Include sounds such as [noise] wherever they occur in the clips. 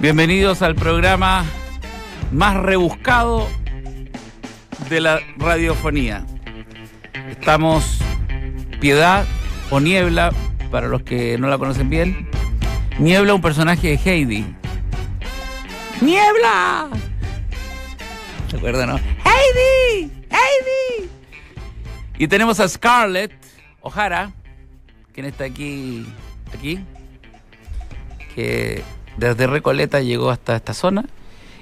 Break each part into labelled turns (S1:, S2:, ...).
S1: Bienvenidos al programa más rebuscado de la radiofonía. Estamos Piedad o Niebla, para los que no la conocen bien. Niebla, un personaje de Heidi. ¡Niebla! ¿Se acuerdan, no? ¡Heidi! ¡Heidi! Y tenemos a Scarlett O'Hara, quien está aquí, aquí, que desde Recoleta llegó hasta esta zona.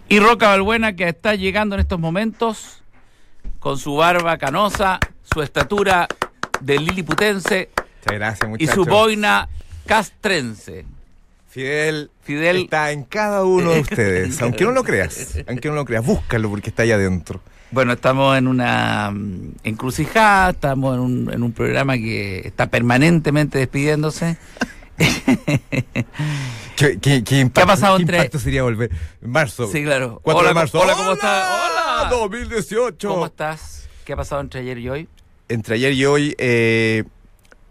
S1: Y Roca Balbuena, que está llegando en estos momentos con su barba canosa, su estatura de liliputense
S2: Muchas gracias,
S1: y
S2: muchachos.
S1: su boina castrense.
S2: Fidel,
S1: Fidel-
S2: está en cada uno
S1: [laughs]
S2: de ustedes, aunque no lo creas, aunque no lo creas, búscalo porque está ahí adentro.
S1: Bueno, estamos en una mm, encrucijada, estamos en un, en un programa que está permanentemente despidiéndose.
S2: ¿Qué, qué, impacto,
S1: ha pasado entre-
S2: impacto sería volver? Marzo.
S1: Sí, claro.
S2: 4
S1: Hola,
S2: de marzo.
S1: hola, ¿cómo estás? Hola.
S2: 2018.
S1: ¿Cómo estás? ¿Qué ha pasado entre ayer y hoy?
S2: Entre ayer y hoy, eh,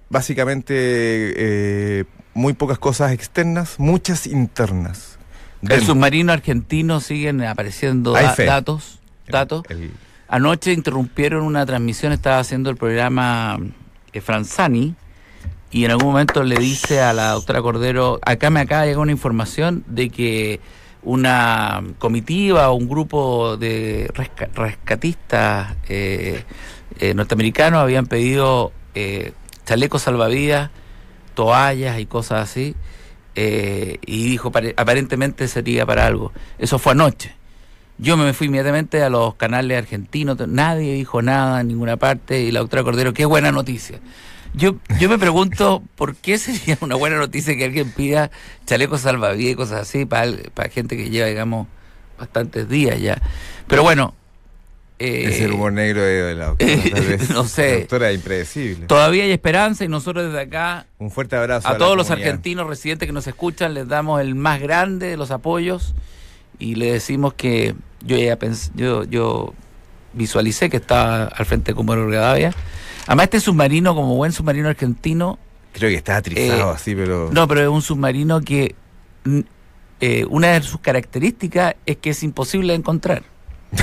S2: básicamente eh, muy pocas cosas externas, muchas internas.
S1: El
S2: Dentro.
S1: submarino argentino siguen apareciendo
S2: Hay
S1: da-
S2: fe.
S1: datos. datos.
S2: El-
S1: Anoche interrumpieron una transmisión, estaba haciendo el programa eh, Franzani, y en algún momento le dice a la doctora Cordero, acá me acaba de llegar una información de que una comitiva o un grupo de resca- rescatistas eh, eh, norteamericanos habían pedido eh, chalecos salvavidas, toallas y cosas así, eh, y dijo, "Pare- aparentemente sería para algo. Eso fue anoche. Yo me fui inmediatamente a los canales argentinos, to- nadie dijo nada en ninguna parte y la doctora Cordero, qué buena noticia. Yo, yo me pregunto por qué sería una buena noticia que alguien pida chalecos salvavidas y cosas así para, al- para gente que lleva, digamos, bastantes días ya. Pero bueno, eh,
S2: es el humor negro de, de la doctora.
S1: eh, [laughs]
S2: tal vez.
S1: no sé.
S2: La doctora es impredecible.
S1: todavía hay esperanza y nosotros desde acá
S2: Un fuerte abrazo.
S1: a
S2: la
S1: todos los
S2: comunidad.
S1: argentinos residentes que nos escuchan les damos el más grande de los apoyos y le decimos que yo ya pens- yo, yo visualicé que estaba al frente de Comodoro Rivadavia. Además este submarino como buen submarino argentino,
S2: Creo que está atrizado
S1: Eh,
S2: así, pero.
S1: no, pero es un submarino que mm, eh, una de sus características es que es imposible de encontrar. [laughs]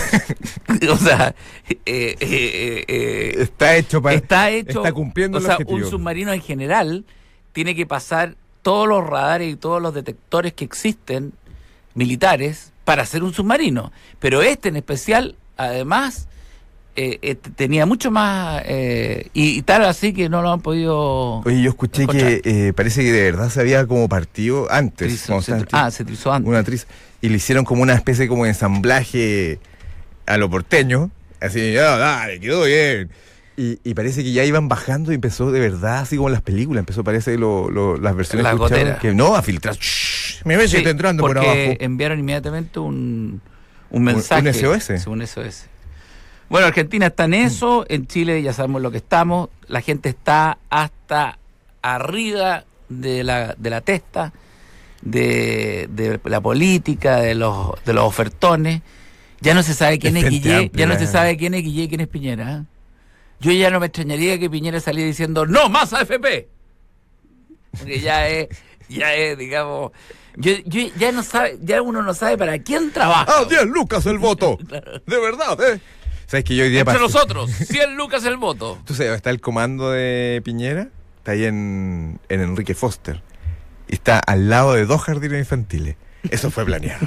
S1: o sea, eh, eh, eh, eh,
S2: Está hecho para.
S1: está hecho.
S2: está cumpliendo
S1: o
S2: el
S1: sea,
S2: objetivo.
S1: un submarino en general tiene que pasar todos los radares y todos los detectores que existen militares para ser un submarino. Pero este en especial, además, eh, eh, t- tenía mucho más. eh, y, y tal así que no lo han podido.
S2: Oye, yo escuché
S1: Escucha.
S2: que eh, parece que de verdad se había como partido antes,
S1: triz- se-
S2: Constante,
S1: ah, se trizó antes.
S2: una actriz, y le hicieron como una especie como de ensamblaje a lo porteño, así, ah, dale, quedó bien. Y, y parece que ya iban bajando y empezó de verdad, así como en las películas, empezó parece lo- lo- las versiones
S1: Las
S2: que escucharon
S1: goteras.
S2: que no, a filtrar. Shhh, mi
S1: Sí,
S2: beso está entrando por
S1: porque
S2: abajo.
S1: enviaron inmediatamente un, un mensaje.
S2: un SOS.
S1: Sí, Un SOS. Bueno, Argentina está en eso,
S2: Mm.
S1: en Chile ya sabemos lo que estamos, la gente está hasta arriba de la, de la testa, de, de la política, de los, de los ofertones. Ya no se sabe quién
S2: El
S1: es
S2: Frente
S1: Guille,
S2: Amplio,
S1: ya no se
S2: eh.
S1: sabe quién es Guille y quién es Piñera. ¿eh? Yo ya no me extrañaría que Piñera saliera diciendo no más AFP. Porque ya es, ya es, digamos, yo, yo- ya no sabe, ya uno no sabe para quién trabaja. [laughs]
S2: Ah, 10 lucas el voto. De verdad, ¿eh? ¿Sabes que yo hoy día
S1: Entre
S2: pasé-
S1: nosotros, 100 lucas el voto.
S2: ¿Tú sabes, dónde está el comando de Piñera, está ahí en, en Enrique Foster. Y está al lado de dos jardines infantiles. Eso
S1: [laughs]
S2: fue planeado.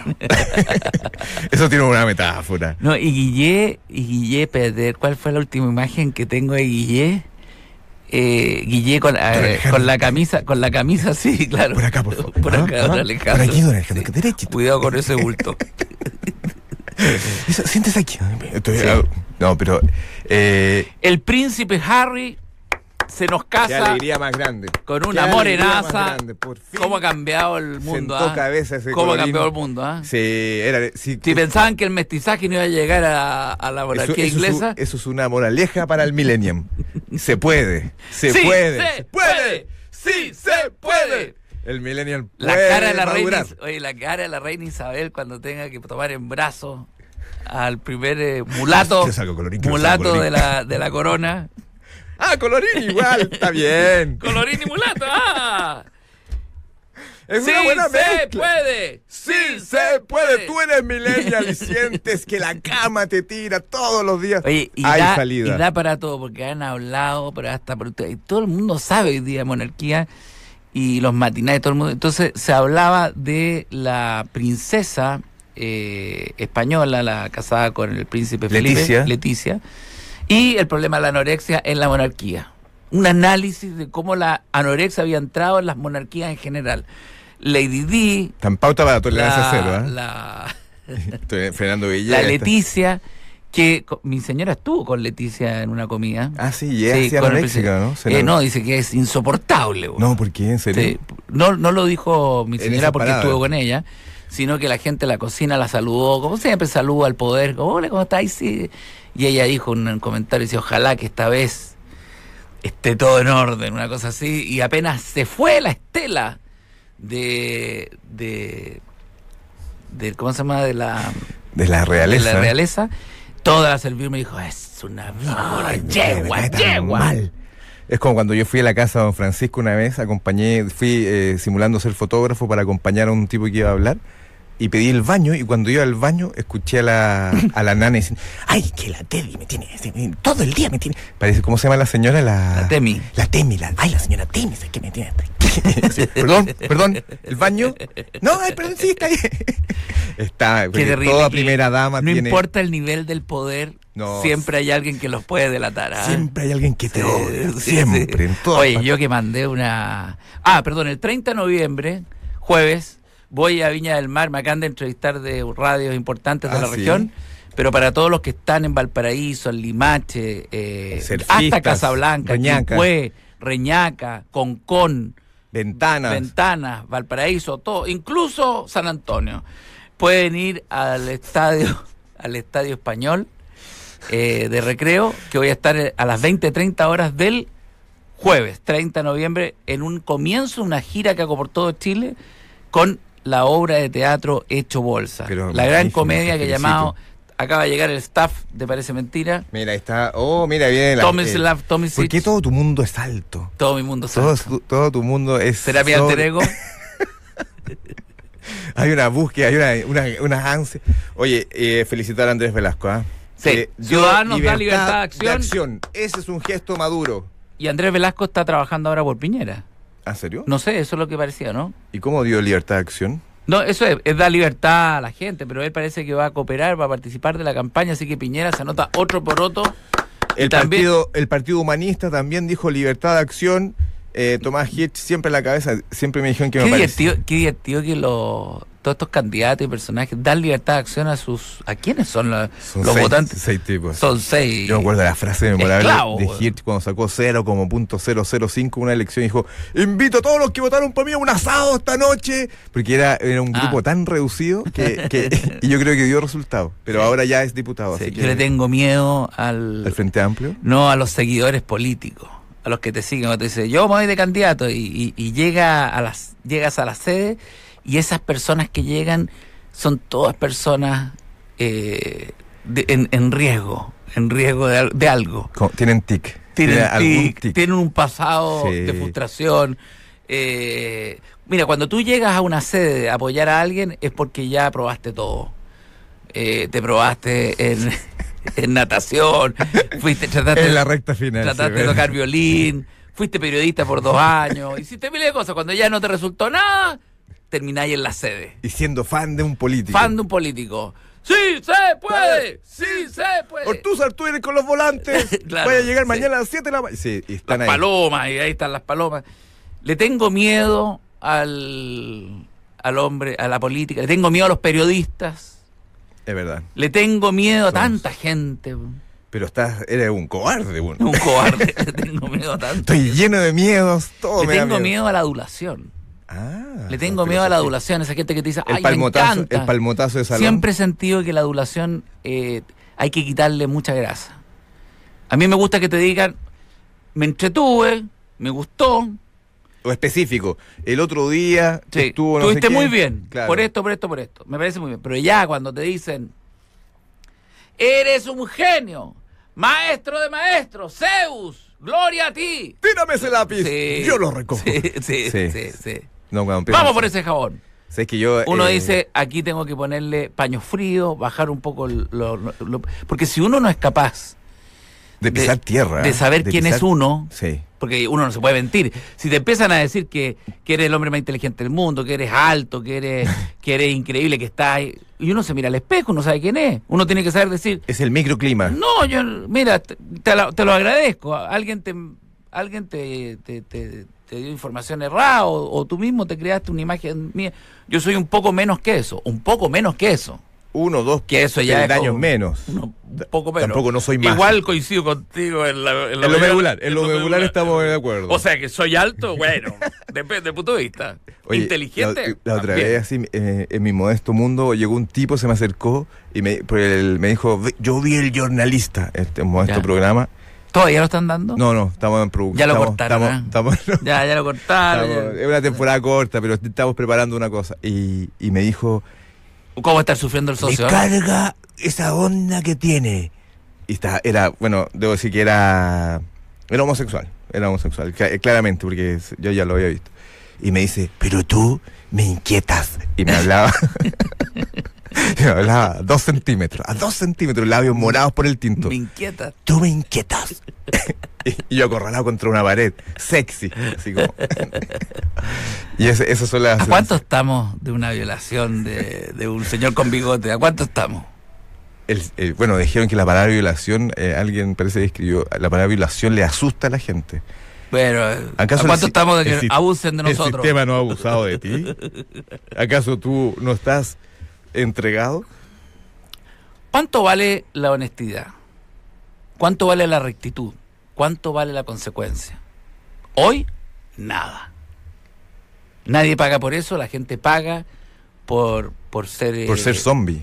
S2: Eso tiene una metáfora.
S1: No, y Guillé, y Guillé Pérez, ¿cuál fue la última imagen que tengo de Guillé? Eh, Guillé con, eh, con la camisa, con la camisa, sí, claro.
S2: Por acá, por favor.
S1: Por
S2: Ah,
S1: acá,
S2: ah,
S1: don Alejandro.
S2: Por aquí, don Alejandro, que derechito.
S1: Cuidado con ese bulto.
S2: Eso, siéntese aquí. Estoy-
S1: Sí.
S2: ah, No, pero. eh,
S1: El príncipe Harry se nos
S2: qué
S1: casa
S2: alegría más grande.
S1: con
S2: Qué
S1: una
S2: alegría más
S1: morenaza.
S2: grande, por fin.
S1: ¿Cómo ha cambiado el mundo?
S2: Sentó
S1: ah?
S2: cabeza ese
S1: ¿Cómo ha
S2: colorín.
S1: cambiado el mundo? ah?
S2: Sí, era. sí,
S1: Si pensaban que el mestizaje no iba a llegar a, a la
S2: Eso,
S1: monarquía
S2: eso es
S1: inglesa.
S2: un- eso es una moraleja para el millennium. Se puede, se
S1: Sí,
S2: puede,
S1: se puede, sí, se puede.
S2: El millennium
S1: La
S2: puede
S1: cara de la
S2: madurar.
S1: reina, oye, la cara de la reina Isabel cuando tenga que tomar en brazos al primer eh, mulato,
S2: Quiero saco colorín, quiero saco
S1: mulato
S2: colorín.
S1: de la, de la corona. [laughs]
S2: Ah, [laughs] colorín igual, está bien.
S1: Colorín y mulato, ah.
S2: Es
S1: ¡Sí
S2: una buena
S1: se
S2: mezcla.
S1: puede!
S2: Sí se puede. Tú eres millennial y sientes que la cama te tira todos los días.
S1: Oye, y,
S2: Hay
S1: da,
S2: salida.
S1: y da para todo, porque han hablado, pero hasta por- y todo el mundo sabe hoy día monarquía y los matinales, todo el mundo. Entonces se hablaba de la princesa eh, española, la casada con el príncipe Felipe,
S2: Leticia.
S1: Leticia, y el problema de la anorexia en la monarquía. Un análisis de cómo la anorexia había entrado en las monarquías en general. Lady Di,
S2: Tan pauta para tolerancia
S1: la-
S2: cero, ¿eh?
S1: la
S2: Estoy- Fernando Villa.
S1: la Leticia, que co- mi señora estuvo con Leticia en una comida.
S2: Ah, sí, y ella
S1: Sí,
S2: hacía
S1: con el
S2: anoréxica, ¿no? Se
S1: Eh,
S2: la-
S1: no, dice que es insoportable. bo.
S2: No, ¿por qué? ¿En serio?
S1: Sí, no, no lo dijo mi
S2: En
S1: señora
S2: esas
S1: porque
S2: palabras.
S1: estuvo con ella, sino que la gente en la cocina la saludó, como siempre saluda al poder, como, hola, ¿cómo estáis? Sí. Y ella dijo un, un comentario, dice, ojalá que esta vez esté todo en orden, una cosa así, y apenas se fue la estela de... de de- ¿Cómo se llama? De la
S2: De la realeza.
S1: de la realeza. Toda la serví me dijo, es una víbora,
S2: Ay, me cae- me
S1: yegua,
S2: cae tan
S1: yegua.
S2: mal. Es como cuando yo fui a la casa de Don Francisco una vez, acompañé, fui eh, simulando ser fotógrafo para acompañar a un tipo que iba a hablar y pedí el baño y cuando iba al baño escuché a la, a la nana diciendo, ay, que la Teddy me tiene, se- me- todo el día me tiene. Parece, ¿cómo se llama la señora? La,
S1: La Temi.
S2: La Temi, la, ay, la señora Temi, es que me tiene [laughs] hasta aquí". Sí, perdón, perdón, el baño. No, ay, perdón, sí, está ahí. [laughs] Está,
S1: Qué
S2: porque
S1: terrible
S2: toda
S1: que
S2: primera dama
S1: No
S2: tiene...
S1: importa el nivel del poder,
S2: No.
S1: siempre hay alguien que los puede delatar. ¿ah?
S2: Siempre hay alguien que te
S1: Sí,
S2: odia.
S1: sí,
S2: siempre.
S1: sí.
S2: En todas
S1: Oye,
S2: partes.
S1: yo que mandé una. Ah, perdón, el 30 de noviembre, jueves, voy a Viña del Mar. Me acaban de entrevistar de radios importantes de
S2: Ah,
S1: la
S2: sí.
S1: región. Pero para todos los que están en Valparaíso, en Limache, eh,
S2: Surfistas,
S1: hasta Casablanca,
S2: Reñaca.
S1: Quilpué, Reñaca, Concón,
S2: Ventanas.
S1: Ventanas, Valparaíso, todo, incluso San Antonio. Pueden ir al estadio, [laughs] al estadio español eh, de recreo, que voy a estar eh, a las 20-30 horas del jueves 30 de noviembre, en un comienzo, una gira que hago por todo Chile, con la obra de teatro Hecho Bolsa.
S2: Pero
S1: la gran
S2: magnífico,
S1: comedia
S2: te
S1: que he
S2: felicito.
S1: llamado, acaba de llegar el staff de Parece Mentira,
S2: mira, ahí está. Oh, mira, viene la.
S1: Tommy
S2: eh,
S1: Slav, Tommy
S2: ¿Por qué
S1: Sitch,
S2: todo tu mundo es alto?
S1: todo mi mundo
S2: Todo,
S1: sabe.
S2: su- todo tu mundo es.
S1: Será mi alter
S2: sobre- [laughs]
S1: ego.
S2: Hay una búsqueda, hay una, una, una ansia. Oye, eh, felicitar a Andrés Velasco. ¿ah?
S1: Sí,
S2: dio
S1: Ciudadanos da libertad de acción.
S2: Ese es un gesto maduro.
S1: Y Andrés Velasco está trabajando ahora por Piñera.
S2: ¿Ah, serio?
S1: No sé, eso es lo que parecía, ¿no?
S2: ¿Y cómo dio libertad de acción?
S1: No, eso es, es dar libertad a la gente, pero él parece que va a cooperar, va a participar de la campaña, así que Piñera se anota otro poroto.
S2: El
S1: también-
S2: partido, el partido humanista también dijo libertad de acción. Eh, Tomás Hitch siempre en la cabeza, siempre me dijeron que
S1: Qué
S2: me
S1: divertido, qué divertido que los todos estos candidatos y personajes dan libertad de acción a sus... ¿A quiénes son los,
S2: Son
S1: los
S2: seis-
S1: votantes?
S2: seis tipos.
S1: Son seis.
S2: Yo me acuerdo de la frase memorable
S1: Esclavo,
S2: de
S1: weón.
S2: Hirsch cuando sacó 0 como punto 005 una elección y dijo, invito a todos los que votaron por mí a un asado esta noche, porque era, era un
S1: Ah.
S2: grupo tan reducido que, que-
S1: [laughs]
S2: y yo creo que dio resultado, pero ahora ya es diputado.
S1: Sí,
S2: así que,
S1: yo le tengo miedo al...
S2: al Frente Amplio.
S1: No a los seguidores políticos, a los que te siguen, o te dicen, yo me voy de candidato y, y- y llega a las, llegas a la sede y esas personas que llegan son todas personas eh, de- en, en riesgo, en riesgo de, al- de algo.
S2: Co- Tienen tic.
S1: Tienen,
S2: algún
S1: tic, tienen un pasado
S2: Sí.
S1: de frustración. eh, mira, cuando tú llegas a una sede a apoyar a alguien es porque ya probaste todo. Eh, te probaste en, [laughs] en natación, fuiste, trataste
S2: En la recta final.
S1: trataste
S2: sí,
S1: de
S2: ¿verdad?
S1: tocar violín, fuiste periodista por dos
S2: [laughs]
S1: años, hiciste miles de cosas. Cuando ya no te resultó nada, termináis en la sede.
S2: Y siendo fan de un político.
S1: Fan de un político. ¡Sí se puede! ¡Sí se puede!
S2: Ortúzar, tú eres con los volantes.
S1: [laughs] Claro,
S2: Vaya a llegar
S1: sí.
S2: mañana a las 7 de la mañana. Sí, y están
S1: Las
S2: ahí.
S1: palomas, y ahí están las palomas. Le tengo miedo al, al hombre, a la política, le tengo miedo a los periodistas,
S2: Es verdad.
S1: le tengo miedo a
S2: Somos-
S1: tanta gente. Un
S2: Pero estás, eres un cobarde, bueno.
S1: cobarde, [laughs] le tengo miedo a tanta.
S2: Estoy lleno de miedos, todo
S1: Le
S2: me da
S1: tengo miedo a la adulación.
S2: Ah,
S1: Le
S2: no,
S1: tengo miedo a la
S2: pero
S1: adulación, esa gente que te dice,
S2: El
S1: ay, me
S2: palmotazo,
S1: encanta.
S2: el palmotazo de salón.
S1: Siempre he sentido que la adulación eh, hay que quitarle mucha grasa. A mí me gusta que te digan, me entretuve, me gustó,
S2: O específico. El otro día
S1: sí,
S2: estuvo no sé
S1: estuviste
S2: qué.
S1: muy bien,
S2: Claro.
S1: por esto, por esto, por esto. Me parece muy bien. Pero ya cuando te dicen, eres un genio, maestro de maestros, Zeus, gloria a ti.
S2: Tírame ese lápiz.
S1: Sí,
S2: Yo lo recojo.
S1: Sí, sí,
S2: Sí.
S1: sí, sí.
S2: No, cuando empiezan
S1: Vamos
S2: a-
S1: por ese jabón.
S2: Sabes que yo,
S1: Uno
S2: eh,
S1: dice, aquí tengo que ponerle paño frío, bajar un poco el- lo- lo- lo- porque si uno no es capaz
S2: De pisar
S1: de-
S2: tierra.
S1: de saber quién es
S2: pisar-
S1: uno,
S2: Sí.
S1: porque uno no se puede mentir. Si te empiezan a decir que, que eres el hombre más inteligente del mundo, que eres alto, que eres, que eres increíble, que estás ahí, y uno se mira al espejo, no sabe quién es. Uno tiene que saber decir,
S2: Es el microclima.
S1: no, yo, mira, te, te lo, te lo agradezco. Alguien te, alguien te, te- te- te dio información errada o, o tú mismo te creaste una imagen mía. Yo soy un poco menos que eso, un poco menos que eso.
S2: Uno, dos,
S1: Que eso ya es
S2: peldaños
S1: como-
S2: menos.
S1: No, un poco menos.
S2: Tampoco no soy más.
S1: Igual coincido contigo en, la,
S2: En lo medular, en lo medular estamos de acuerdo.
S1: O sea que soy alto, bueno, [laughs] depende de punto de vista.
S2: Oye,
S1: Inteligente.
S2: La, la otra
S1: también.
S2: vez, así, eh, en mi modesto mundo, llegó un tipo, se me acercó y me, por el- me dijo: "Ve- Yo vi el jornalista, este modesto
S1: Ya.
S2: programa.
S1: ¿Todavía lo están dando?
S2: No, no, estamos en producción.
S1: Ya lo
S2: estamos,
S1: cortaron, ¿ah?
S2: Estamos, [laughs] estamos-
S1: Ya, ya lo cortaron.
S2: estamos- eh,
S1: ya.
S2: es una temporada corta, pero estamos preparando una cosa. Y, y me dijo:
S1: ¿Cómo estar sufriendo el
S2: Me
S1: socio? ¿no?
S2: carga esa onda que tiene. Y está, era, bueno, debo decir que era, era homosexual, era homosexual, cla- claramente, porque es- yo ya lo había visto. Y me dice, pero tú me inquietas. Y me hablaba, [laughs] y me hablaba a dos centímetros, a dos centímetros, labios morados por el tinto.
S1: Me inquieta.
S2: Tú me inquietas. [laughs] y, y yo acorralado contra una pared, sexy, así como. [laughs] y ese- esas son las...
S1: ¿A cuánto estamos de una violación de, de un señor con bigote? ¿A cuánto estamos?
S2: El- eh, bueno, dijeron que la palabra violación, eh, alguien parece que escribió, la palabra violación le asusta a la gente.
S1: Pero, eh, ¿a
S2: ¿Acaso el
S1: cuánto
S2: si-
S1: estamos de
S2: el
S1: que
S2: si-
S1: abusen de
S2: ¿El
S1: nosotros?
S2: sistema no ha abusado
S1: [laughs]
S2: de ti? ¿Acaso tú no estás entregado?
S1: ¿Cuánto vale la honestidad? ¿Cuánto vale la rectitud? ¿Cuánto vale la consecuencia? Hoy, nada. Nadie paga por eso, la gente paga por, por ser... eh,
S2: Por ser zombie.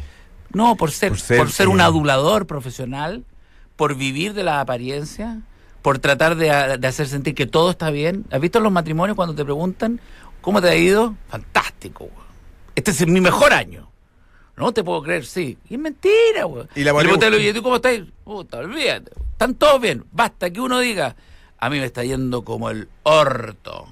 S1: No, por ser,
S2: por
S1: por
S2: ser,
S1: ser, un
S2: eh,
S1: adulador profesional, por vivir de la apariencia, por tratar de, de hacer sentir que todo está bien. ¿Has visto los matrimonios cuando te preguntan cómo te ha ido? Fantástico, güey. Este es mi mejor año. No te puedo creer, sí. Y es mentira, güey.
S2: Y la
S1: le
S2: Mariu-
S1: preguntan, "Oye, ¿tú cómo estás? Puta, olvídate. güey. Están todos bien. Basta que uno diga, a mí me está yendo como el orto.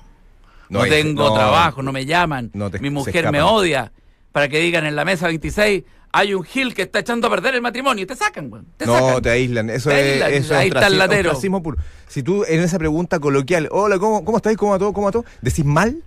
S1: No,
S2: es-
S1: tengo
S2: no,
S1: trabajo, no me llaman,
S2: No te-
S1: mi
S2: se
S1: mujer me
S2: escapan.
S1: odia. Para que digan en la mesa 26, hay un Gil que está echando a perder el matrimonio. Y te sacan, güey. Te
S2: No,
S1: sacan.
S2: te aíslan. Eso
S1: Te
S2: es,
S1: aíslan,
S2: eso es
S1: ahí está el
S2: ostracismo-
S1: latero.
S2: ostracismo puro. Si tú en esa pregunta coloquial, hola, ¿cómo, cómo estáis? ¿Cómo a todo? ¿Cómo a todo? Decís mal,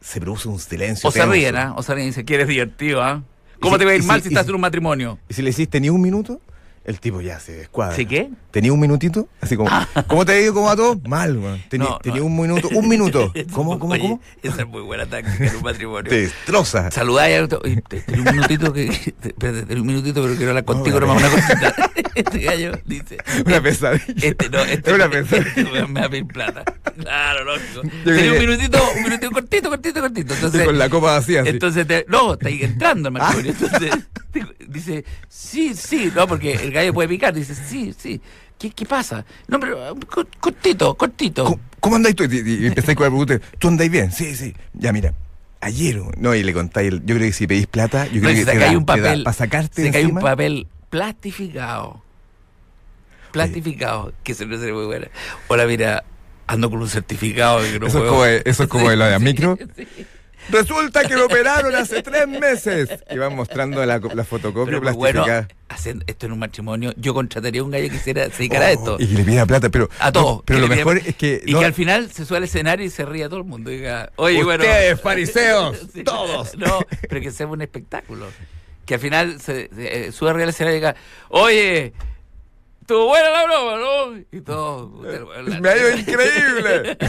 S2: se produce un silencio.
S1: o se
S2: tenso.
S1: ríen, ¿ah? O se ríen y dicen, que eres divertido, ¿ah? ¿Cómo
S2: Y si-
S1: te va a ir
S2: y si-
S1: mal si
S2: y
S1: estás
S2: si-
S1: en un matrimonio?
S2: Y si le hiciste ni un minuto, el tipo ya se descuadra.
S1: ¿Sí qué? Ah.
S2: ¿Tenía un minutito? Así como, ¿cómo te ha ido? ¿Cómo va todo? Mal, weón.
S1: [laughs]
S2: Tenía,
S1: No, no.
S2: tenía un minuto,
S1: [laughs]
S2: un minuto. ¿Cómo, cómo,
S1: Oye,
S2: cómo?
S1: Esa es muy buena táctica
S2: [laughs]
S1: en un matrimonio.
S2: Te destroza.
S1: Saludáis al otro. Oye, te- tenía un minutito que. [laughs] Espérate, tenía un minutito, pero quiero hablar contigo,
S2: No,
S1: nomás una cosita. [laughs] Este gallo dice.
S2: [laughs] Una pesadilla.
S1: Este, no, este,
S2: Es una
S1: este,
S2: pesadilla.
S1: weón me va a pedir plata. Claro, lógico.
S2: creo
S1: Tenía un
S2: que-
S1: minutito, un minutito cortito, cortito, cortito. Entonces,
S2: Y con la copa vacía. así.
S1: entonces te- no, está ahí
S2: [laughs]
S1: entrando el matrimonio. Entonces, te- dice, sí, sí, no, porque el gallo puede picar. Dice, sí, sí. ¿Qué, qué pasa? No, pero ah, co- cortito, cortito.
S2: ¿Cómo, cómo andáis tú? Y, y- y empezáis con la pregunta, ¿tú andáis bien? Sí, sí. Ya, mira. Ayer, no, y le contáis, el- yo creo que si pedís plata, yo
S1: No,
S2: creo
S1: y
S2: que
S1: se
S2: te
S1: cae
S2: da-
S1: un
S2: te da
S1: papel.
S2: para sacarte
S1: se
S2: de
S1: cae un
S2: encima.
S1: papel plastificado. Plastificado, que se me hace muy buena. Hola, mira, ando con un certificado. de que no
S2: Eso es
S1: puedo-
S2: como de- eso es como de lo de la micro.
S1: [laughs] sí.
S2: Resulta que me operaron hace tres meses. Y van mostrando la, la fotocopia
S1: Pero pues, bueno,
S2: plastificada.
S1: haciendo esto en un matrimonio, yo contrataría a un gallo que quisiera se dedicara a
S2: Oh,
S1: esto.
S2: Y que le pida plata, pero.
S1: A
S2: no,
S1: todos.
S2: pero
S1: Que
S2: lo
S1: le pida-
S2: mejor es que.
S1: Y
S2: no- [laughs]
S1: que al final se sube al escenario y se ría todo el mundo. y Diga, oye,
S2: Ustedes,
S1: bueno. [laughs]
S2: fariseos,
S1: Sí.
S2: todos.
S1: [laughs] No, pero que sea un espectáculo. Que al final se, se- eh, sube arriba al escenario y diga, oye, estuvo buena la broma, ¿no? Y todo. puta, el weón, la-
S2: [laughs] Me ha ido increíble.
S1: [laughs]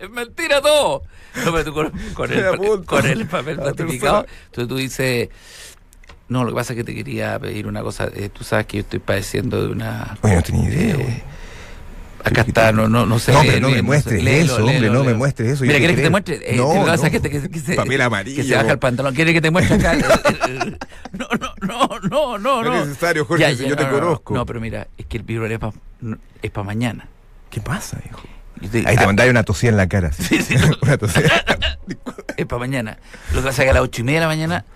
S1: Es mentira todo. No, pero tú con, con
S2: Estoy a
S1: el,
S2: punto.
S1: con el papel
S2: La
S1: plastificado,
S2: persona.
S1: tú, tú dices, no, lo que pasa es que te quería pedir una cosa. eh, tú sabes que yo estoy padeciendo de una...
S2: Oye, no tenía
S1: eh,
S2: idea, güey.
S1: Acá está, no, no, no sé.
S2: No, hombre,
S1: lee,
S2: no me
S1: lee,
S2: muestres
S1: sé, léelo,
S2: eso, hombre,
S1: léelo,
S2: no me
S1: léelo.
S2: muestres eso, yo
S1: Mira,
S2: te
S1: ¿quieres que te
S2: creo.
S1: muestre? Eh,
S2: No,
S1: te lo que pasa
S2: no.
S1: es que, te- que- que se,
S2: Papel amarillo.
S1: Que se baja el pantalón. ¿Quieres que te muestre
S2: [laughs]
S1: acá? el- el- el- No, no, no, no, no.
S2: No es necesario, Jorge, si yo te
S1: no, no,
S2: conozco.
S1: No, pero mira, es que el virus es para es pa mañana.
S2: ¿Qué pasa,
S1: [laughs]
S2: hijo?
S1: Yo te-
S2: Ahí te
S1: ah,
S2: mandáis una tosía en la cara. así.
S1: Sí,
S2: [laughs]
S1: sí. [laughs]
S2: una tosía.
S1: es para mañana. Lo que pasa es que a las ocho y media de la mañana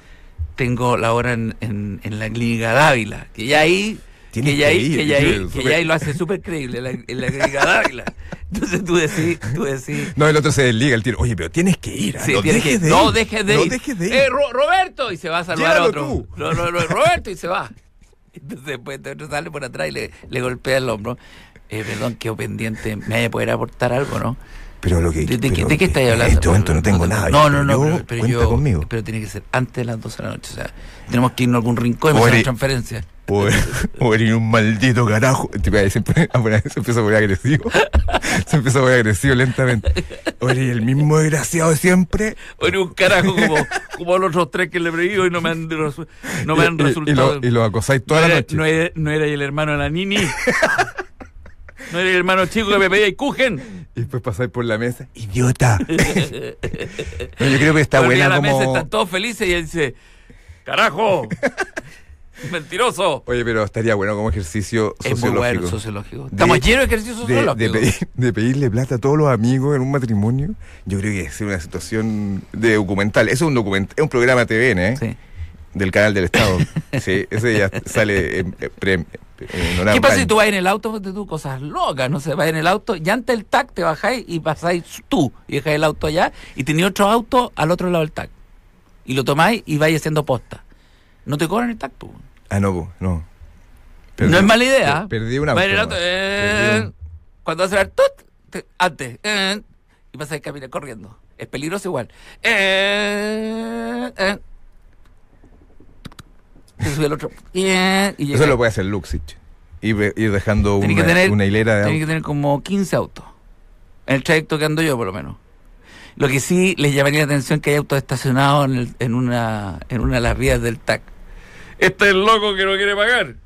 S1: tengo la hora en, en, en la clínica Dávila, que ya ahí
S2: Tienes
S1: que Yair, que
S2: ir,
S1: Yair-
S2: yo-
S1: que
S2: súper-
S1: Yair lo
S2: [laughs]
S1: hace súper creíble en la, en la crítica Dávila. Entonces tú decís, tú decís.
S2: No, el otro se desliga el tiro. Oye, pero tienes que ir. ah,
S1: sí,
S2: no,
S1: tienes
S2: dejes
S1: que-
S2: de
S1: no
S2: ir,
S1: dejes de
S2: no
S1: ir.
S2: dejes de ir.
S1: Eh, Ro- Roberto, y se va a saludar
S2: Llévalo
S1: a otro.
S2: tú.
S1: Ro- Ro- Ro- Roberto, y se va. [laughs] Entonces después este otro sale por atrás y le, le golpea el hombro. Eh, perdón, quedo pendiente. ¿Me vaya a poder aportar algo, no?
S2: Pero lo que.
S1: ¿De, de qué-
S2: Eh, pero-
S1: de qué estáis
S2: en
S1: hablando?
S2: este momento no tengo nada.
S1: No,
S2: yo-
S1: no, no,
S2: yo-
S1: pero, pero
S2: cuenta
S1: yo-
S2: conmigo.
S1: Pero tiene que ser antes de las 12 de la noche. O sea, tenemos que irnos a algún rincón y
S2: Pobre-
S1: hacer una transferencia. [laughs]
S2: Poder, poder ir un maldito carajo. Te iba a decir, [laughs] pero- ah, bueno, se empieza a poner agresivo. [laughs] Se empieza a poner agresivo lentamente. Oye, y el mismo desgraciado de siempre.
S1: Oye, un carajo como, como los otros tres que le preguí hoy no me han, resu- no me han
S2: [laughs] eh, Y- y-
S1: resultado.
S2: Y, lo, y lo acosáis toda
S1: no,
S2: la
S1: era,
S2: noche.
S1: no era- no era el hermano de la Nini. no era el hermano chico que me pedía y cujen.
S2: Y después pasáis por la mesa.
S1: [laughs]
S2: ¡Idiota! No, yo creo que está
S1: Volví a
S2: buena
S1: la mesa,
S2: como.
S1: están todos felices y él dice, carajo, mentiroso.
S2: Oye, pero estaría bueno como ejercicio
S1: Es muy bueno
S2: sociológico.
S1: sociológico.
S2: De-
S1: Estamos llenos de ejercicios
S2: de,
S1: sociológicos.
S2: de pedir- de pedirle plata a todos los amigos en un matrimonio, yo creo que es una situación de documental. Eso es un document- es un programa TVN, ¿eh?
S1: Sí.
S2: Del canal
S1: [laughs]
S2: del Estado. sí, ese ya sale en, en pre- en horario
S1: ¿Qué pasa
S2: prime.
S1: si tú vas en el auto? Ponte tú cosas locas, no sé, vas en el auto, llanta el TAC, te bajáis y pasáis tú y dejáis el auto allá y tenéis otro auto al otro lado del TAC. Y lo tomáis y vais haciendo posta. No te cobran el TAC, tú.
S2: Ah, no, po, no.
S1: no es mala idea.
S2: per- Perdí un auto.
S1: Vas en el auto,
S2: nomás.
S1: eh,
S2: Perdí un-
S1: Cuando vas a hacer tut, te- antes, eh, y vas a caminar corriendo. Es peligroso igual. Eh, eh. Te sube el otro. eh, y
S2: Eso
S1: llega.
S2: lo puede hacer Luxich. Ir, ve- ir dejando
S1: Tenés que
S2: una,
S1: tener-
S2: una hilera de
S1: Tiene
S2: autos.
S1: que tener como 15 autos. En el trayecto que ando yo, por lo menos. Lo que sí les llamaría la atención que hay autos estacionados en, el- en una, en una de las vías del TAC. Este es el loco que no quiere pagar.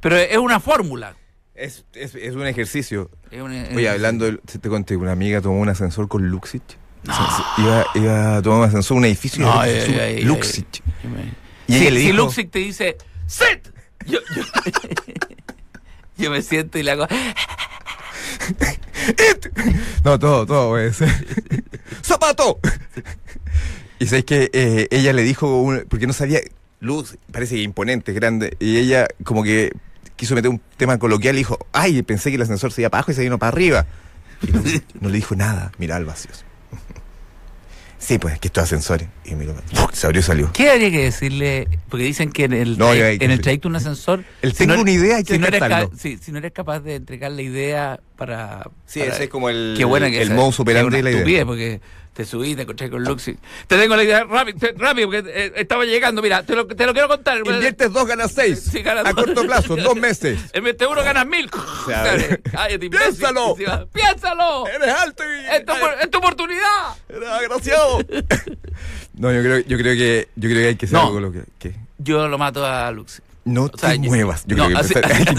S1: Pero es una fórmula.
S2: Es, es, es un ejercicio.
S1: Es una- es-
S2: Oye, hablando, del- se te conté, una amiga tomó un ascensor con Luxich. Se- se- iba, iba a tomar un ascensor, un edificio.
S1: No,
S2: y de repente
S1: ay,
S2: sube
S1: ay, ay,
S2: Luxich. Y
S1: Si,
S2: ella le
S1: si
S2: dijo-
S1: Luxic te dice, ¡Sit! Yo, yo- [laughs] yo me siento y le hago,
S2: No, todo, todo puede ser. [laughs] ¡Zapato! y sabes que eh, ella le dijo, un- porque no sabía, Luz parece que imponente, grande, y ella como que quiso meter un tema coloquial y dijo, ay, pensé que el ascensor se iba para abajo y se vino para arriba. Y [laughs] Luz no le dijo nada, mira al vacío. Sí, pues, que estos ascensores. Y miró, se abrió y salió.
S1: ¿Qué habría que decirle? Porque dicen que en el,
S2: No,
S1: tray-
S2: ya hay que
S1: en el
S2: decir.
S1: trayecto de un ascensor.
S2: El tengo
S1: no-
S2: una idea, hay que
S1: si no, eres ca-
S2: descartarlo.
S1: sí, si no eres capaz de entregar la idea para.
S2: Sí,
S1: para-
S2: ese es como el,
S1: Qué buena que
S2: el
S1: esa-
S2: modus operandi
S1: que
S2: de
S1: es
S2: la
S1: una
S2: idea.
S1: estupidez, porque te subí, te encontré con Luxi. Te tengo la idea rápido, te- rápido porque eh, estaba llegando. Mira, te lo, te lo quiero contar.
S2: Inviertes dos, ganas seis.
S1: Sí, ganas
S2: a
S1: dos.
S2: corto plazo, dos
S1: [laughs]
S2: meses.
S1: En vez de uno ganas
S2: [laughs]
S1: mil.
S2: abre.
S1: Cállate, imbécil.
S2: [laughs] ¡Piénsalo!
S1: Y se va, ¡Piénsalo! [laughs]
S2: Eres alto y...
S1: Es tu, opor- es tu oportunidad.
S2: Era desgraciado. [laughs] No, yo creo, yo creo que yo creo que hay que ser
S1: No.
S2: algo con lo que, que-
S1: Yo lo mato a Luxi.
S2: no
S1: O sea,
S2: te
S1: yo-
S2: muevas. Yo
S1: no,
S2: creo que
S1: así-
S2: empezar- [laughs] hay que
S1: así-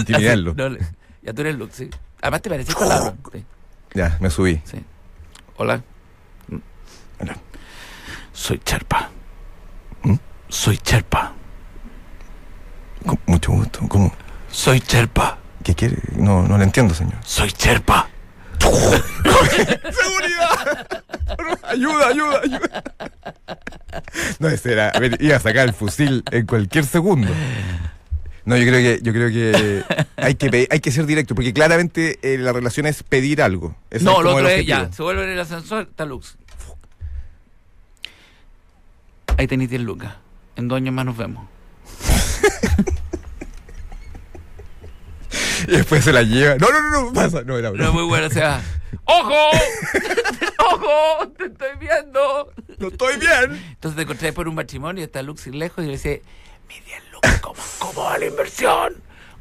S1: [laughs]
S2: intimidarlo. Oh.
S1: no, le- ya tú eres Luxi. Además, te pareces palabra. Sí.
S2: Ya, me subí.
S1: Sí. Hola.
S2: Hola.
S1: Soy Cherpa.
S2: ¿Mm?
S1: Soy Cherpa.
S2: Con mucho gusto. ¿Cómo?
S1: Soy Cherpa.
S2: ¿Qué quiere? No, no lo entiendo, señor.
S1: Soy Cherpa.
S2: ¡Seguridad! [laughs] ayuda, ayuda, ayuda. [laughs] No, ese era. a ver, iba a sacar el fusil en cualquier segundo. No, yo creo que, yo creo que hay que pe- hay que ser directo, porque claramente eh, la relación es pedir algo. Ese
S1: no,
S2: como
S1: lo
S2: el
S1: otro es
S2: objetivo.
S1: ya. Se vuelve en el ascensor, está Lux. Ahí tenéis 10 lucas. En dos años más nos vemos.
S2: [laughs] Y después se la lleva. No, no, no, no, pasa. No, era
S1: No
S2: broma.
S1: es muy bueno, o
S2: [laughs]
S1: sea. ¡Ojo! [laughs] ¡Ojo! ¡Te estoy viendo!
S2: No estoy bien.
S1: Entonces te encontré por un matrimonio, está Luxi lejos y le dice, mi 10 lucas, ¿cómo, ¿cómo va la inversión?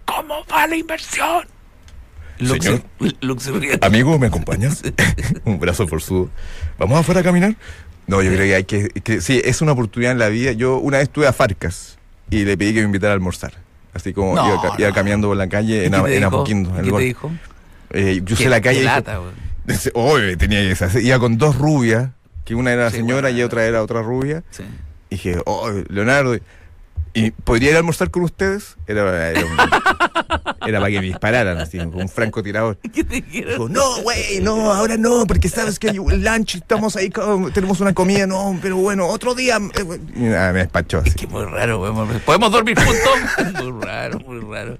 S1: ¿Cómo va la inversión? Luxi, [laughs]
S2: Señor.
S1: Luxi ríe.
S2: Amigo, ¿me acompañas? [laughs] Un brazo forzudo. ¿Vamos afuera a caminar? No,
S1: Eh.
S2: yo creo que hay que, que- Sí, es una oportunidad en la vida. Yo una vez estuve a Farcas y le pedí que me invitara a almorzar. Así como
S1: No,
S2: iba, ca- iba
S1: no.
S2: caminando por la calle en,
S1: ¿Y qué
S2: A-
S1: te
S2: en
S1: dijo?
S2: Apoquindo.
S1: ¿Y
S2: en el
S1: ¿Qué te
S2: golf.
S1: dijo?
S2: Eh, yo
S1: Qué-
S2: sé la calle.
S1: qué
S2: y dijo-
S1: lata, güey.
S2: [laughs] Dice, "Oye, tenía que hacer". Iba con dos rubias, que una era la
S1: Sí,
S2: señora
S1: bueno,
S2: y otra era otra rubia.
S1: Sí.
S2: Y dije, oh, Leonardo, ¿y ¿podría ir a almorzar con ustedes? Era, era,
S1: [laughs]
S2: un- era para que me dispararan, así, como un francotirador.
S1: [laughs] ¿Qué te dijeron?
S2: Dijo, no, güey, no, ahora no, porque sabes que hay un lunch, estamos ahí, con- tenemos una comida, no, pero bueno, otro día. eh, bueno". Y nada, me despachó
S1: Es [laughs]
S2: así.
S1: que muy raro, güey. ¿Podemos dormir juntos? muy raro, muy raro.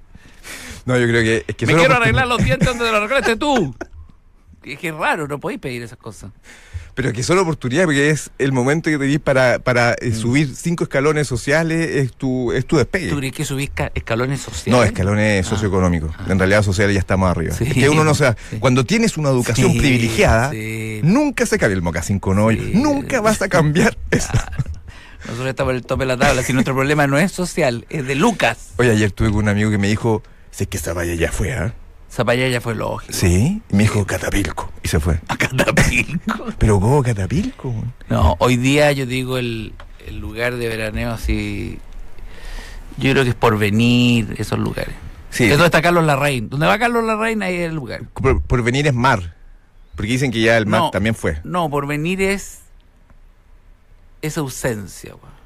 S2: No, yo creo que es que
S1: Me
S2: solo
S1: quiero
S2: por-
S1: arreglar los dientes donde lo
S2: [laughs]
S1: arreglaste tú. Es que es raro, no podéis pedir esas cosas.
S2: Pero que solo oportunidad, porque es el momento que tenés para, para eh, subir cinco escalones sociales, es tu, es tu despegue.
S1: ¿Tú crees que subís ca- escalones sociales?
S2: No, escalones
S1: Ah.
S2: socioeconómicos. En realidad sociales ya estamos arriba.
S1: Sí.
S2: Es que uno no se da-
S1: Sí.
S2: Cuando tienes una educación
S1: Sí,
S2: privilegiada,
S1: sí.
S2: nunca se cambia el mocasín con hoy.
S1: Sí.
S2: Nunca vas
S1: [laughs]
S2: a cambiar eso.
S1: Nosotros estamos en el tope de la tabla. Si nuestro problema no es social, es de Lucas.
S2: Oye, ayer tuve con un amigo que me dijo, sé que esa valla ya fue, ¿ah?
S1: Zapallá ya fue lógico.
S2: Sí. Y me dijo, Catapilco. Y se fue.
S1: A Catapilco.
S2: Pero ¿cómo Catapilco? man?
S1: [laughs] No, hoy día yo digo el, el lugar de veraneo así. Yo creo que es por venir esos lugares.
S2: Sí.
S1: Es donde está Carlos Larraín. Donde va Carlos Larraín, ahí es el lugar.
S2: Por, por venir es mar. Porque dicen que ya el mar
S1: No.
S2: también fue.
S1: No, por venir es. es ausencia, weón.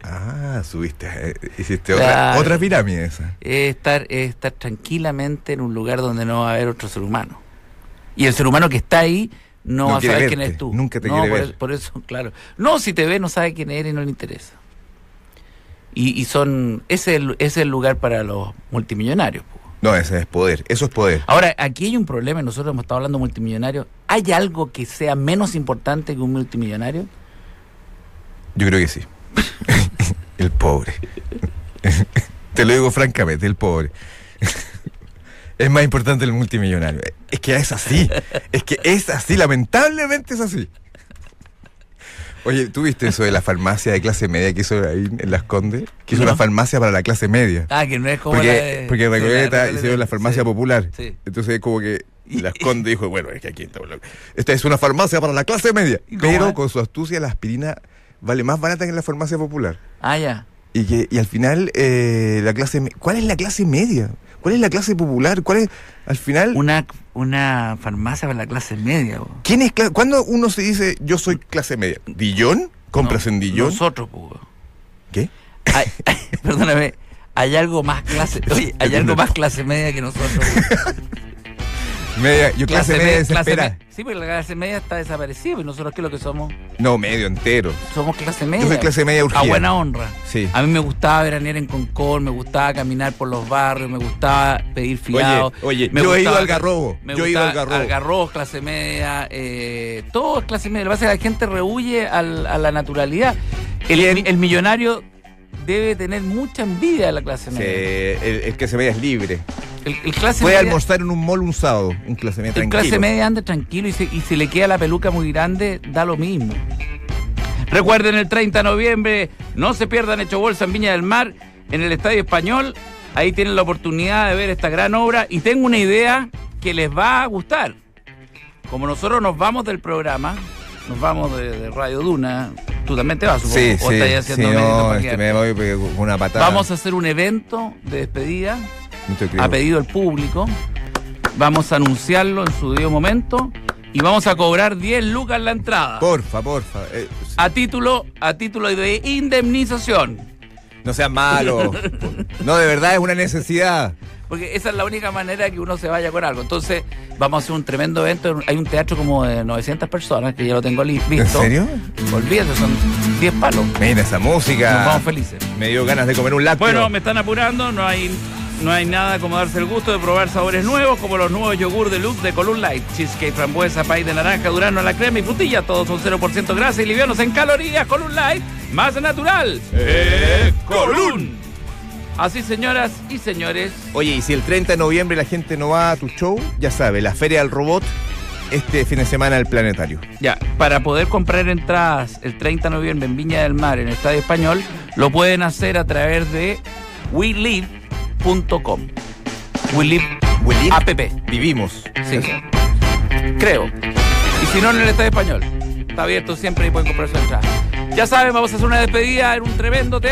S2: Ah, subiste. eh, Hiciste otra,
S1: Claro.
S2: otra pirámide esa.
S1: Es estar, es estar tranquilamente en un lugar donde no va a haber otro ser humano. Y el ser humano que está ahí no,
S2: No
S1: va a
S2: quiere
S1: saber
S2: verte,
S1: quién eres tú.
S2: nunca te
S1: No,
S2: quiere
S1: por,
S2: ver.
S1: e- por eso, claro. No, si te ve, no sabe quién eres y no le interesa. Y, y son. Ese es, el, ese es el lugar para los multimillonarios. po.
S2: No, ese es poder. Eso es poder.
S1: Ahora, aquí hay un problema. y Nosotros hemos estado hablando de multimillonarios. ¿Hay algo que sea menos importante que un multimillonario?
S2: Yo creo que sí. [laughs] el pobre. [laughs] Te lo digo francamente, el pobre. [laughs] es más importante el multimillonario. Es que es así. Es que es así. Lamentablemente es así. Oye, ¿tú viste eso de la farmacia de clase media que hizo ahí en Las Condes? Que hizo
S1: No.
S2: una farmacia para la clase media.
S1: Ah, que no es como la
S2: Porque,
S1: de-
S2: porque
S1: sí,
S2: en
S1: la de
S2: Recoleta hicieron la
S1: sí.
S2: farmacia popular.
S1: Sí.
S2: Entonces como que
S1: [laughs]
S2: la esconde dijo, bueno, es que aquí está. bueno, Esta es una farmacia para la clase media.
S1: ¿Y cómo
S2: Pero
S1: es?
S2: con su astucia la aspirina vale más barata que en la farmacia popular.
S1: Ah, ya.
S2: Y que y al final eh, la clase me- ¿cuál es la clase media? ¿Cuál es la clase popular? ¿Cuál es al final
S1: Una, una farmacia para la clase media. po.
S2: quién es cla- cuándo uno se dice yo soy clase media? ¿Dillón? ¿Compras
S1: No,
S2: en Dillón?
S1: Nosotros, po. weón.
S2: ¿Qué?
S1: Hay- perdóname, hay algo más clase. Oye, hay algo más clase media que nosotros. weón.
S2: Media, yo clase, media desespera.
S1: media. Sí, porque la clase media está desaparecida. ¿Y nosotros qué es lo que somos?
S2: No, medio entero.
S1: Somos clase media.
S2: Yo soy clase media urgida.
S1: A buena honra.
S2: Sí.
S1: A mí me gustaba veranear en Concord, me gustaba caminar por los barrios, me gustaba pedir fiado.
S2: Oye, oye,
S1: me
S2: yo he ido
S1: gustaba-
S2: al Garrobo,
S1: Me
S2: yo he ido
S1: gustaba
S2: al Garrobo.
S1: Algarrobo, clase media, eh, todo es clase media. Lo que pasa es que la gente rehuye al- a la naturalidad. El, el millonario debe tener mucha envidia de la clase
S2: Sí,
S1: media.
S2: el, el clase media es libre.
S1: El, el clase
S2: Puede
S1: media,
S2: almorzar en un mall un sábado, un clase media
S1: el
S2: tranquilo.
S1: clase media anda tranquilo y si, y si le queda la peluca muy grande, da lo mismo. Recuerden el 30 de noviembre, no se pierdan Hecho Bolsa en Viña del Mar, en el Estadio Español. Ahí tienen la oportunidad de ver esta gran obra y tengo una idea que les va a gustar. Como nosotros nos vamos del programa, nos vamos de, de Radio Duna, tú también te vas, supongo.
S2: Sí,
S1: o
S2: sí,
S1: estás
S2: sí,
S1: haciendo méritos
S2: no,
S1: para
S2: es que
S1: quedar.
S2: me voy porque con una patada.
S1: Vamos a hacer un evento de despedida
S2: No te creo.
S1: a pedido del público. Vamos a anunciarlo en su debido momento y vamos a cobrar 10 lucas la entrada.
S2: Porfa, porfa. eh, sí.
S1: A título, a título de indemnización.
S2: no
S1: [laughs]
S2: seas malo. No, de verdad es una necesidad.
S1: Porque esa es la única manera que uno se vaya con algo. Entonces, vamos a hacer un tremendo evento. Hay un teatro como de 900 personas que ya lo tengo li-
S2: ¿En
S1: listo.
S2: serio?
S1: Olvídate, son 10 palos.
S2: Mira esa música.
S1: Nos vamos felices.
S2: Me dio ganas de comer un lácteo.
S1: Bueno, me están apurando, no hay, no hay nada como darse el gusto de probar sabores nuevos, como los nuevos yogur deluxe de Column Light, cheesecake, frambuesa, pay de naranja, durano a la crema y frutilla, todos son 0% grasa y livianos en calorías. Column Light, más natural.
S2: Eh,
S1: Column. Así, señoras y señores,
S2: Oye, y si el 30 de noviembre la gente no va a tu show, ya sabe, la Feria del Robot, este fin de semana el Planetario.
S1: ya, para poder comprar entradas el 30 de noviembre en Viña del Mar, en el Estadio Español, lo pueden hacer a través de WeLive.com. WeLive
S2: Willy,
S1: app.
S2: vivimos.
S1: Ah, Sí. Creo. Y si no, en el Estadio Español. Está abierto siempre y pueden comprar su entrada. Ya saben, vamos a hacer una despedida en un tremendo teatro.